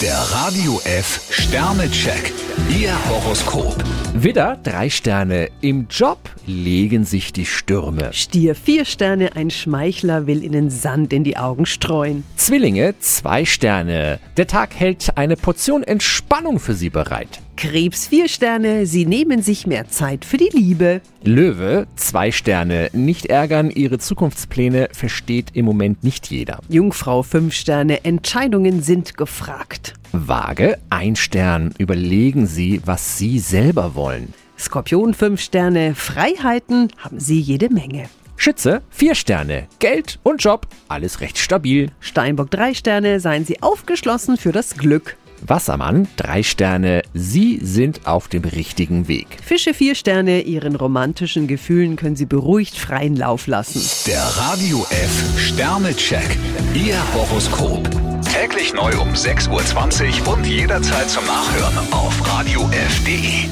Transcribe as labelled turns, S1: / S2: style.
S1: Der Radio F Sternecheck. Ihr Horoskop.
S2: Widder, drei Sterne. Im Job legen sich die Stürme.
S3: Stier, vier Sterne, ein Schmeichler will Ihnen Sand in die Augen streuen.
S2: Zwillinge, zwei Sterne. Der Tag hält eine Portion Entspannung für Sie bereit.
S3: Krebs, vier Sterne, Sie nehmen sich mehr Zeit für die Liebe.
S2: Löwe, zwei Sterne. Nicht ärgern, Ihre Zukunftspläne versteht im Moment nicht jeder.
S3: Jungfrau, fünf Sterne, Entscheidungen sind gefragt.
S2: Waage, ein Stern. Überlegen Sie, was Sie selber wollen.
S3: Skorpion, fünf Sterne, Freiheiten haben Sie jede Menge.
S2: Schütze, vier Sterne. Geld und Job, alles recht stabil.
S3: Steinbock, drei Sterne, seien Sie aufgeschlossen für das Glück.
S2: Wassermann, drei Sterne. Sie sind auf dem richtigen Weg.
S3: Fische, vier Sterne, Ihren romantischen Gefühlen können Sie beruhigt freien Lauf lassen.
S1: Der Radio F Sternecheck. Ihr Horoskop. Täglich neu um 6.20 Uhr und jederzeit zum Nachhören auf Radio radiof.de.